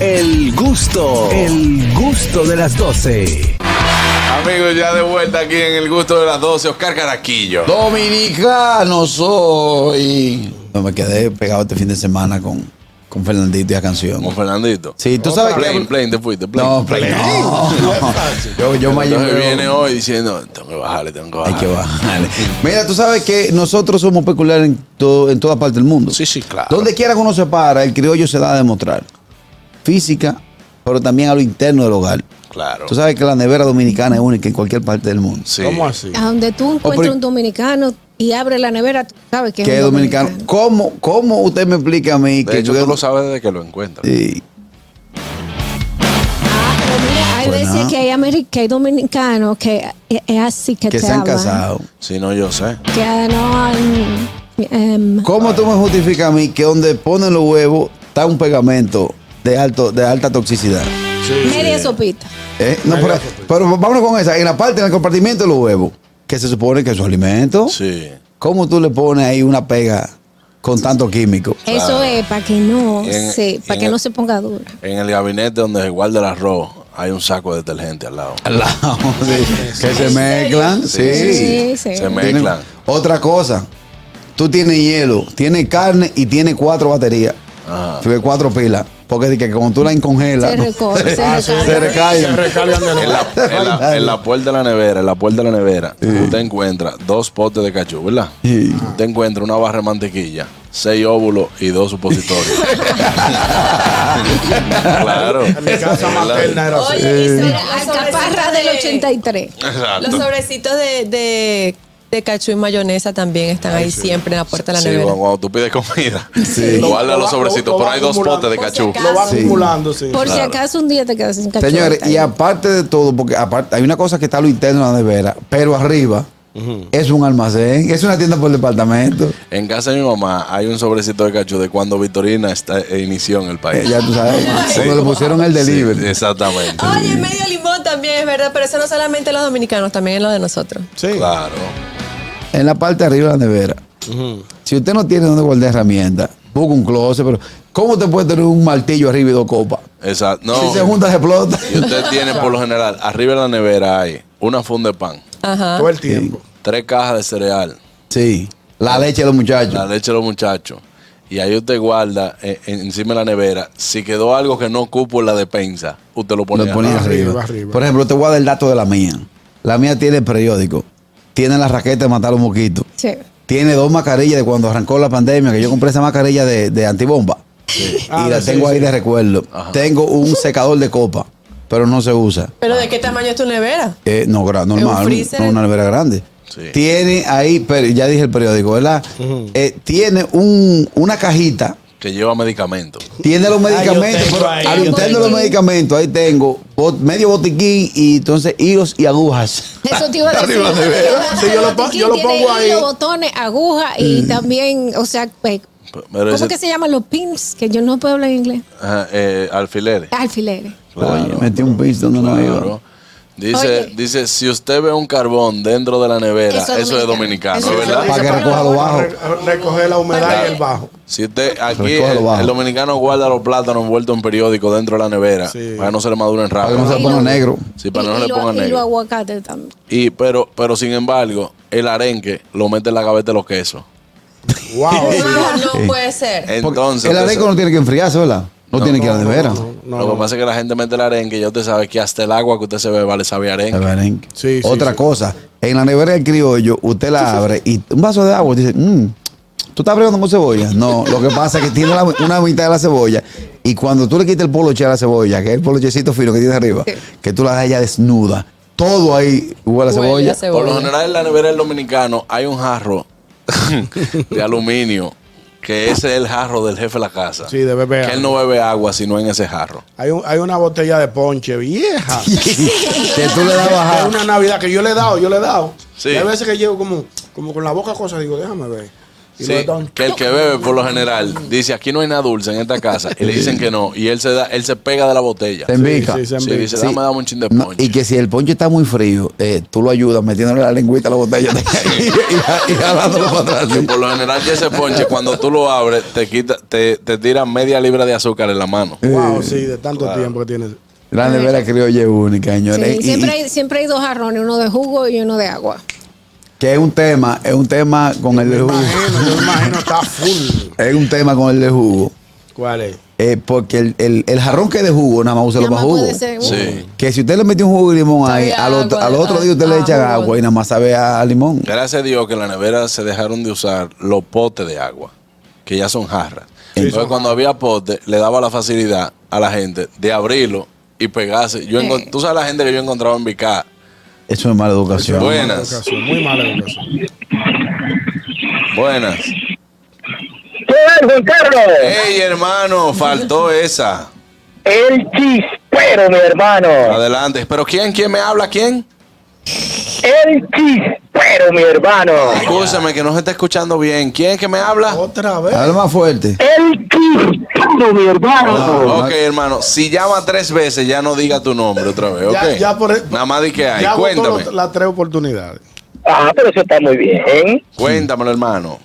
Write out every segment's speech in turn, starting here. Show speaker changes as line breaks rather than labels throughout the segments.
El gusto, el gusto de las 12.
Amigos, ya de vuelta aquí en el gusto de las 12, Oscar Caraquillo.
Dominicano soy. No, me quedé pegado este fin de semana con, con Fernandito y la canción.
Como Fernandito.
Sí, tú sabes
Plain,
que.
plain, te fuiste. Plain.
No, play, no, no. Yo, yo me
Entonces
llevo-
viene hoy diciendo, tengo que bajarle, tengo que
Hay
bajarle.
que bajar. Mira, tú sabes que nosotros somos peculiares en, todo- en toda parte del mundo.
Sí, sí, claro.
Donde quiera que uno se para, el criollo se da a demostrar. Física, pero también a lo interno del hogar.
Claro.
Tú sabes que la nevera dominicana es única en cualquier parte del mundo.
Sí.
¿Cómo así?
A donde tú encuentras
Oh, pero-
un dominicano y abres la nevera, tú sabes que,
Que
es
es
un
dominicano. ¿Cómo, ¿Cómo usted me explica a mí
De
que
hecho,
yo-
tú lo sabes desde que lo encuentras.
Sí.
Ah, pero mira, hay
Pues
veces
nada.
que hay, ameri- que hay dominicanos que es, es así que,
que
te
se han
hablan.
casado.
Si no, yo sé.
Que no han- em,
¿Cómo tú me justificas a mí que donde ponen los huevos está un pegamento de, alto, de alta toxicidad?
media sopita.
¿Eh? No, pero, pero vámonos con esa. En la parte, en el compartimiento de los huevos, que se supone que es su alimento,
Sí.
¿cómo tú le pones ahí una pega con tanto químico?
Eso es para que no
En-
se, para
en
que
el-
no se ponga dura.
En el gabinete donde se guarda el arroz, hay un saco de detergente al lado.
Al lado, sí, que se mezclan. Sí.
Sí, sí.
Se
Tienen-
mezclan.
Otra cosa, tú tienes hielo, tienes carne y tienes cuatro baterías.
Ajá.
Tuve cuatro pilas. Porque de que cuando tú la encongelas.
Se
¿no?
recorre, se recarga.
se recarga.
Se recargan de
En
nuevo.
la, en la- en la puerta de la nevera, en la puerta de la nevera, usted encuentra dos potes de cachú, ¿verdad?
Sí.
Usted encuentra una barra de mantequilla, seis óvulos y dos supositorios. claro.
En mi casa
¿Verdad?
materna era así.
Oye, y sobre-
Mira,
los
Alcaparra
sobrecitos
del
de-
83.
Exacto.
Los sobrecitos de, de, de cachú y mayonesa también están ahí siempre en la puerta de la
Sí,
nevera.
cuando, cuando tú pides comida,
Sí.
guarda
Lo- lo
los
va-
sobrecitos,
lo- lo
pero
va
hay dos
acumulando.
potes de
Por si
cachú.
acaso.
Lo va
Sí.
acumulando, sí.
Por si
Claro.
acaso un día te quedas sin cachorro.
Señores, y aparte de todo, porque aparte, hay una cosa que está a lo interno de la nevera, pero arriba es un almacén, es una tienda por departamento.
En casa de mi mamá hay un sobrecito de cachú de cuando Victorina está, eh, inició en el
Eh,
país.
ya tú sabes,
Sí.
cuando le pusieron el delivery.
Sí, exactamente.
Oye, medio limón también, es verdad, pero eso no solamente los dominicanos, también es lo de nosotros.
Sí.
Claro.
En la parte de arriba de la nevera. Si usted no tiene donde guardar herramientas, busca un closet, pero ¿cómo te puede tener un martillo arriba y dos copas?
Exacto.
Si se junta, se explota.
Y usted tiene, por lo general, arriba de la nevera hay una funda de pan,
Ajá.
Todo el tiempo.
tres cajas de cereal,
Sí, la leche de los muchachos.
la leche de los muchachos. Y ahí usted guarda eh, en- encima de la nevera. Si quedó algo que no ocupo en la despensa, usted lo pone,
Lo ponía
ahí.
arriba,
arriba, arriba.
Por ejemplo, te voy a dar el dato de la mía. La mía tiene el periódico, tiene la raqueta de matar a los mosquitos,
Sí.
tiene dos mascarillas de cuando arrancó la pandemia, que yo compré esa mascarilla de, de antibomba. Y
Ah,
la
sí,
tengo ahí
sí.
de recuerdo. Tengo un secador de copa, pero no se usa.
¿Pero de qué tamaño es tu nevera?
Eh, no, gra- normal,
freezer.
no una nevera grande.
Sí.
Tiene ahí, pero ya dije el periódico, ¿verdad? Eh, tiene un, una cajita
que lleva medicamentos.
tiene los
Ah, yo
medicamentos,
tengo
pero
ahí,
al
yo
interno
tengo.
de los medicamentos, ahí tengo bot- medio botiquín y entonces hilos y agujas.
Eso te iba a decir.
Arriba de
vera. Sí, yo lo pon- yo lo
Tiene
pongo ahí.
hilo, botones, aguja y
Mm.
también, o sea, eh,
Pero
¿cómo
ese-
que se llaman los pins? Que yo no puedo hablar inglés.
Ajá, eh, alfileres.
Alfileres.
Oye, metí un piso donde no iba.
Claro. Dice,
Oye.
dice, si usted ve un carbón dentro de la nevera, eso,
Eso es
es dominicano,
dominicano.
¿es
Eso es
¿verdad?
Para que recoja lo bajo.
Re- recoger la humedad y el bajo.
Si usted aquí,
Recógelo
el,
bajo.
el dominicano guarda los plátanos envueltos en periódico dentro de la nevera,
Sí.
para que no se le maduren
Para que no se
rápido.
Y
ponga
lo-
negro.
Sí, para
y,
que no
y
le
lo-
pongan
y los
negro.
aguacates también.
Y, pero, pero sin embargo, el arenque lo mete en la cabeza de los quesos.
Wow. sí.
No puede ser.
Porque
Entonces,
el
usted
areco no tiene que enfriarse, ¿verdad? No, tiene que ir a la nevera.
no,
lo que
no.
pasa es que la gente mete el arenque y ya usted sabe que hasta el agua que usted se beba le sabe a arenque.
El arenque.
Sí, sí,
Otra
sí.
cosa, en la nevera del criollo, usted la abre y un vaso de agua y dice, "Mm, ¿tú estás bregando con cebolla? No, lo que pasa es que tiene la- una mitad de la cebolla y cuando tú le quitas el poloche a la cebolla, que es el polochecito fino que tiene arriba, que tú la dejas ya desnuda, todo ahí huele a
Huele a
cebolla.
cebolla.
Por lo general en la nevera del dominicano hay un jarro de aluminio que ese es el jarro del jefe de la casa.
Sí, de beber
Que él
agua.
no bebe agua sino en ese jarro.
Hay, un- hay una botella de ponche vieja.
que tú le das
Es
bajar.
una Navidad que yo le he dado, yo le he dado.
Sí.
Y hay veces que llego como, como con la boca cosa, digo, déjame ver. Y
Sí,
lo de Don-
que el que bebe por lo general dice aquí no hay nada dulce en esta casa y le dicen que no y él se da él se pega de la botella
Se embica.
sí, se
Sí,
embica.
dice
Sí.
dame dame un chin de
No,
ponche".
y que si el ponche está muy frío, eh, tú lo ayudas metiéndole la lengüita a la botella y, y, y jalándolo para atrás.
Que por lo general que ese ponche cuando tú lo abres te quita te, te tira media libra de azúcar en la mano
Wow, sí, de tanto tiempo que tienes.
La nevera criolla es única, señores.
Sí,
Y-
siempre,
y-
hay, siempre hay dos jarrones, uno de jugo y uno de agua.
que es un tema, es un tema con el de
Me
jugo.
imagino, yo me imagino, está full.
Es un tema con el de jugo.
¿Cuál es?
Eh, porque el, el- el jarrón que es de jugo, nada más usa lo
Nada
para
más
jugo.
puede ser uno.
Sí.
Que si usted le metió un jugo de limón ahí,
Sabe a
al otro,
agua,
al otro
a-
día usted le
a
echa
jugo.
agua y nada más sabe a limón.
Gracias a Dios que en la nevera se dejaron de usar los potes de agua, que ya son jarras. Entonces, cuando había potes, le daba la facilidad a la gente de abrirlo y pegarse. Yo encon-
Sí.
Tú sabes la gente que yo encontraba en Vicá.
Eso es mala educación.
Mala
Buenas,
educación, Muy mala educación.
buenas.
¿Qué es, Juan Carlos?
Ey, hermano, faltó esa.
El chispero, mi hermano.
Adelante. ¿Pero quién? ¿Quién me habla? ¿Quién?
El chispero, mi hermano.
Escúchame que no se está escuchando bien. ¿Quién es que me habla?
Otra vez.
Habla más fuerte.
El chispero, mi
Ah.
hermano.
Ok, hermano. Si llama tres veces, ya no diga tu nombre otra vez,
Ya-
¿ok?
ya por el-
Nada más di que hay.
Ya agotó
Cuéntame.
los- las tres oportunidades.
Ah, pero eso está muy bien.
Cuéntamelo, hermano.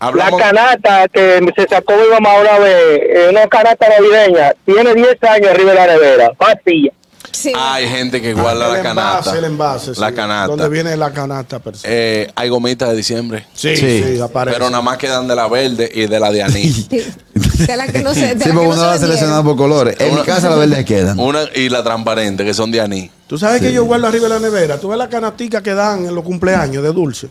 La
Hablamos...
canasta que se sacó mi mamá una vez, eh, una canasta navideña, tiene 10 años arriba de la nevera. Pastilla.
Sí.
Hay gente que guarda
el
la canasta.
Envase, el envase.
La
sí.
canasta.
¿Dónde viene la canasta, per se?
Eh, hay gomitas de diciembre.
Sí,
Sí.
sí, aparece.
Pero nada más quedan de la verde y de la de anís.
Sí. De la que no se, de
Sí, porque
la que no
uno
se
la ha
le
seleccionado por
dieron.
colores. En mi
Una-
casa las verdes quedan.
Una y la transparente, que son de anís.
Tú sabes que yo guardo arriba de la nevera. Tú ves la canastica que dan en los cumpleaños de dulce.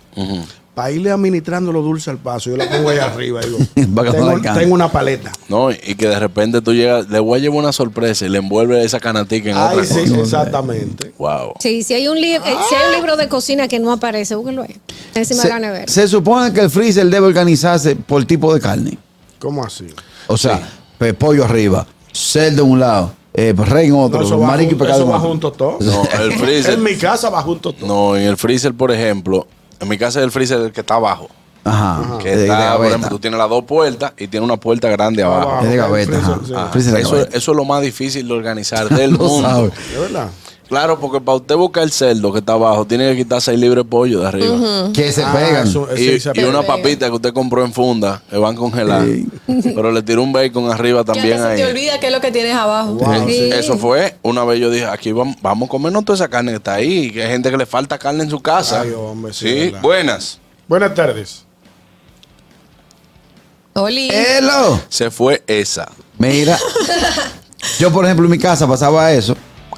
Para irle administrando los dulces al paso. Yo la pongo ahí arriba. digo,
Para que no
tengo,
alcance.
tengo una paleta.
No, y que de repente tú llegas, le voy a llevar una sorpresa y le envuelve esa canatica en
Ay,
otra
sí,
cosa.
exactamente.
Wow.
Sí, si hay, un lib- eh, si hay un libro de cocina que no aparece, búsquelo ahí. Encima de la
Se,
nevera.
se supone que el freezer debe organizarse por tipo de carne.
¿Cómo así?
O sea, pe- pollo arriba, cerdo en un lado, eh, rey en
No,
otro,
eso va,
marisco y
junto,
pescado
eso
en
va
otro.
junto todo.
No, el freezer.
en mi casa va junto todo.
No, en el freezer, por ejemplo. En mi casa es el freezer el que está abajo.
Ajá.
Que
de- de
está, por
gaveta.
ejemplo, tú tienes las dos puertas y tiene una puerta grande abajo.
Abajo.
Es de gaveta.
Freezer,
ajá.
sí.
Ah, freezer de
Eso,
gaveta.
eso es lo más difícil de organizar del
Lo
mundo.
sabe.
¿De verdad?
Claro, porque para usted buscar el cerdo que está abajo, tiene que quitar seis libres de pollo de arriba.
Que se
Ah,
pegan.
eso- eso
Y,
sí se
y
pega.
una papita que usted compró en funda, que van congeladas. Pero le tiró un bacon arriba
ya
también
hasta se
ahí.
te olvida qué es lo que tienes abajo.
Wow,
Eh,
sí.
Eso fue, una vez yo dije, aquí vamos, vamos a comernos toda esa carne que está ahí, que hay gente que le falta carne en su casa.
Ay, hombre, sí,
sí,
verdad.
buenas.
Buenas tardes.
Oli.
¡Elo!
Se fue esa.
Mira, yo por ejemplo en mi casa pasaba eso,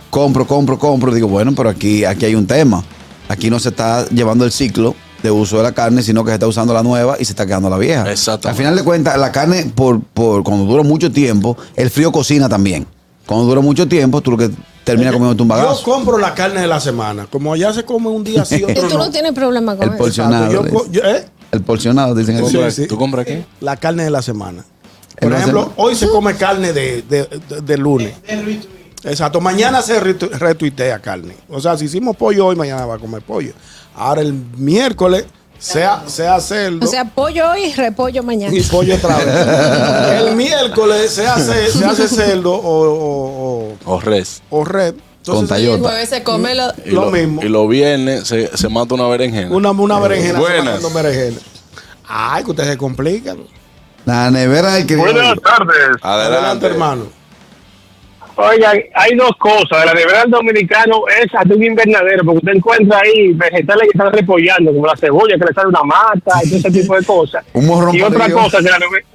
compro, compro, compro, digo, bueno, pero aquí, aquí hay un tema. Aquí no se está llevando el ciclo de uso de la carne, sino que se está usando la nueva y se está quedando la vieja.
Exactamente.
Al final de cuentas, la carne, por, por cuando dura mucho tiempo, el frío cocina también. Cuando dura mucho tiempo, tú lo que
Eh,
terminas comiendo un
Yo
bagazo.
compro la carne de la semana. Como allá se come un día así,
Y
otro
tú
no.
no tienes problema con
El
eso.
porcionado.
Ah, Yo co- yo- ¿eh?
El porcionado, dicen
Sí,
aquí.
compras-
sí.
tú compras qué?
La carne de la semana. Por
la
ejemplo,
em-
semana.
hoy se come carne de, de- de- de lunes. Exacto. Mañana se retu- retuitea carne. O sea, si hicimos pollo hoy, mañana va a comer pollo. Ahora el miércoles sea, sea cerdo
O sea, pollo hoy, repollo mañana.
y pollo otra vez. el miércoles se hace, se hace cerdo o, o, o-
O res.
o red.
Con
Y el
tallota.
jueves se come lo.
Y
Lo mismo.
Y los viernes se, se mata una berenjena.
Una, una berenjena.
Buenas.
separando berenjena. Ay, que ustedes se complican.
La nevera del criollo.
Buenas tardes.
Ah.
Adelante.
Adelante hermano.
Oigan, hay dos cosas. La nevera del dominicano es hasta un invernadero, porque usted encuentra ahí vegetales que están repollando, como la cebolla que le sale una mata y todo ese tipo de cosas.
Un morrón
Y otra
podrido.
cosa, que la nevera,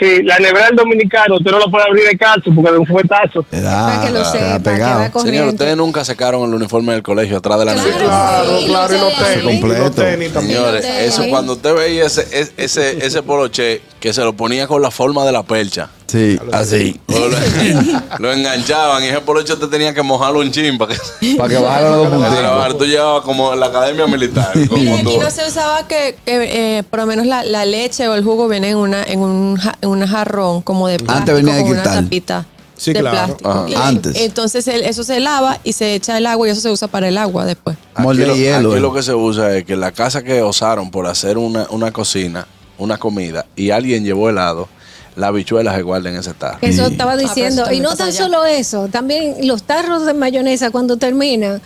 sí, la nevera del dominicano usted no la puede abrir de calcio porque de un fuetazo.
Te
Para
da,
que lo
te da
sepa, que
pegado.
da corriente.
Señor, ustedes nunca sacaron el uniforme del colegio atrás de la
Claro,
nevera.
Claro,
Sí,
claro, y
lo
los
sé.
tenis.
Completo.
Y los tenis también.
Señores,
Sí.
eso cuando usted veía ese, es- ese, ese poloche que se lo ponía con la forma de la percha.
Sí, así.
Lo, lo enganchaban y ese poloche te tenía que mojarlo un chin para que
Para que bajara los dos
para
puntitos.
grabar. Tú llevabas como en la academia militar.
Y
Como
aquí
tú.
no se usaba que, que, eh, por lo menos la, la leche o el jugo viene en una en un, ja- en un jarrón como de plástico
venía de
con
cristal.
una tapita
Sí,
de
claro.
plástico.
Ajá.
Y
Antes.
Entonces el- eso se lava y se echa el agua y eso se usa para el agua después.
Aquí
Molde
lo-
de hielo.
Aquí
eh.
lo que se usa es que la casa que osaron por hacer una, una cocina una comida y alguien llevó helado, la habichuela se guarda en ese tarro.
Eso estaba
Ah, pero
diciendo.
eso
y
también
no
pasa
tan
allá.
solo eso, también los tarros de mayonesa cuando terminan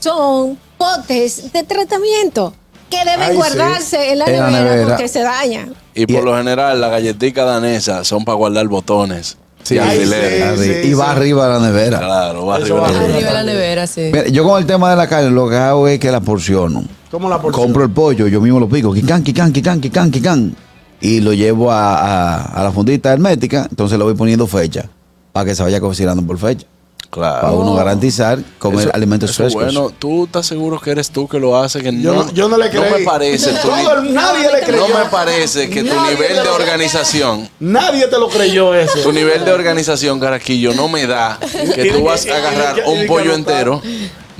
son potes de tratamiento que deben
Ay, sí.
guardarse en, la,
En la
nevera
nevera.
porque se dañan.
Y por
Y-
lo general, las galletitas danesas son para guardar botones
Sí,
y
Ay,
alfileres.
sí,
Arri-
sí,
y va
sí.
arriba de la nevera.
Claro, va
Eso
arriba
va
de la
arriba.
Arriba
nevera.
la nevera, sí.
Mira, yo con el tema de la carne lo que hago es que la porciono.
¿Cómo la porción?
Compro el pollo, yo mismo lo pico, quicán, quicán, quicán, quicán, quicán. Y lo llevo a, a- a la fundita hermética, entonces le voy poniendo fecha, para que se vaya cocinando por fecha. Para
Claro.
uno garantizar comer
Eso-
alimentos
eso
frescos.
Bueno, tú estás seguro que eres tú que lo hace, que
Yo no, yo no le creí.
No me parece. tu ni-
Todo el- nadie le creyó.
no me parece que tu
Nadie
nivel
te
de
lo-
organización,
Nadie te lo creyó
tu
eso.
nivel de organización, Caraquillo, no me da que tú vas a agarrar un pollo entero,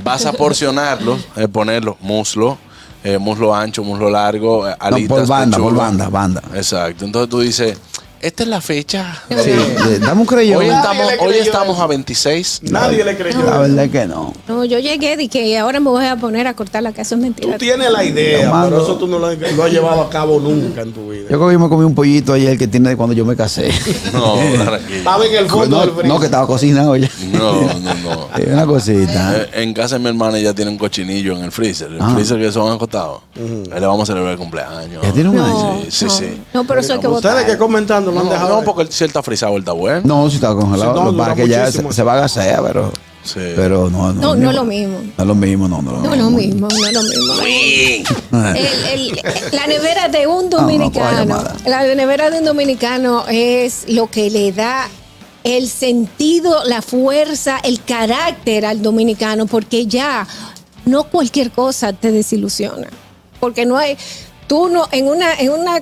vas a porcionarlo, eh, ponerlo muslo, eh, muslo ancho, muslo largo, eh,
No,
alitas,
por banda, por
pechuga.
banda, banda.
Exacto. Entonces tú dices, esta es la fecha.
Sí, eh, dame un creyón.
Hoy estamos,
le creyó
hoy
eso.
estamos a 26.
Nadie le creyó.
La verdad es que no.
No, yo llegué y que ahora me voy a poner a cortar la casa, es mentira.
Tú tienes la idea,
Tomando.
pero eso tú no lo, no lo has llevado a cabo nunca en tu vida.
Yo comí, me comí un pollito ayer que tiene de cuando yo me casé.
No, Caraquillo.
Estaba en el fondo
no,
del frío.
no, que estaba cocinado ya.
No, no, no.
Es una cosita.
Eh, En casa de mi hermana ya tiene un cochinillo en el freezer. El
Ah.
freezer que son acostados. Ahí le vamos a celebrar el cumpleaños.
¿Ya tiene un
No,
Sí, sí,
no,
sí.
no, pero eso hay que
Ustedes
votar.
que comentando lo han
No,
dejado.
no, porque él- si él está frisado, él está bueno.
No, si estaba congelado.
Sí, no,
lo que pasa
dura
es que ya se,
muchísimo.
se va a gasear, pero.
Sí.
Pero no, no.
No, no es lo mismo.
No es lo mismo, no, no.
No es lo mismo, Eh, no es lo mismo. El- el- la nevera de un
No, no puedo
dominicano,
llamada.
la nevera de un dominicano es lo que le da el sentido, la fuerza, el carácter al dominicano, porque ya no cualquier cosa te desilusiona, porque no hay, tú no en una en una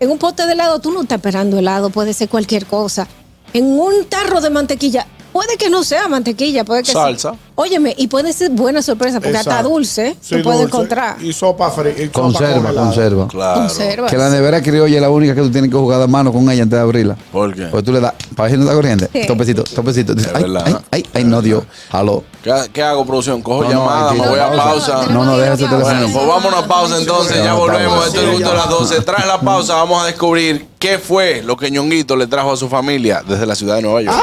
en un pote de helado tú no estás esperando helado, puede ser cualquier cosa, en un tarro de mantequilla. Puede que no sea mantequilla, puede que sea-
Salsa.
Óyeme, y puede ser buena sorpresa, porque
Exacto.
hasta dulce
Sí,
tú puedes
dulce.
encontrar.
Y sopa fría.
Conserva, conserva.
Claro.
Conserva.
Que la nevera criolla es la única que tú tienes que jugar a mano con ella antes de abrirla.
¿Por qué?
Pues tú le das, para ver si no está corriente,
Sí.
topecito, topecito. Dices,
Es
ay,
verdad.
ay, ay, ay, no dio. Aló.
¿Qué, qué hago, producción? Cojo
No, no,
llamada,
hay que
me voy a
ir a
pausa.
No, no, deja ese
Tenemos que ir a
Bueno,
teléfono.
pues vámonos a pausa entonces, ya volvemos. Esto es el gusto de las 12. Tras la pausa, vamos a descubrir qué fue lo que Ñonguito le trajo a su familia desde la
Ah,
ciudad de Nueva York.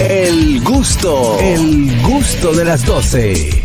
El gusto, el gusto de las 12.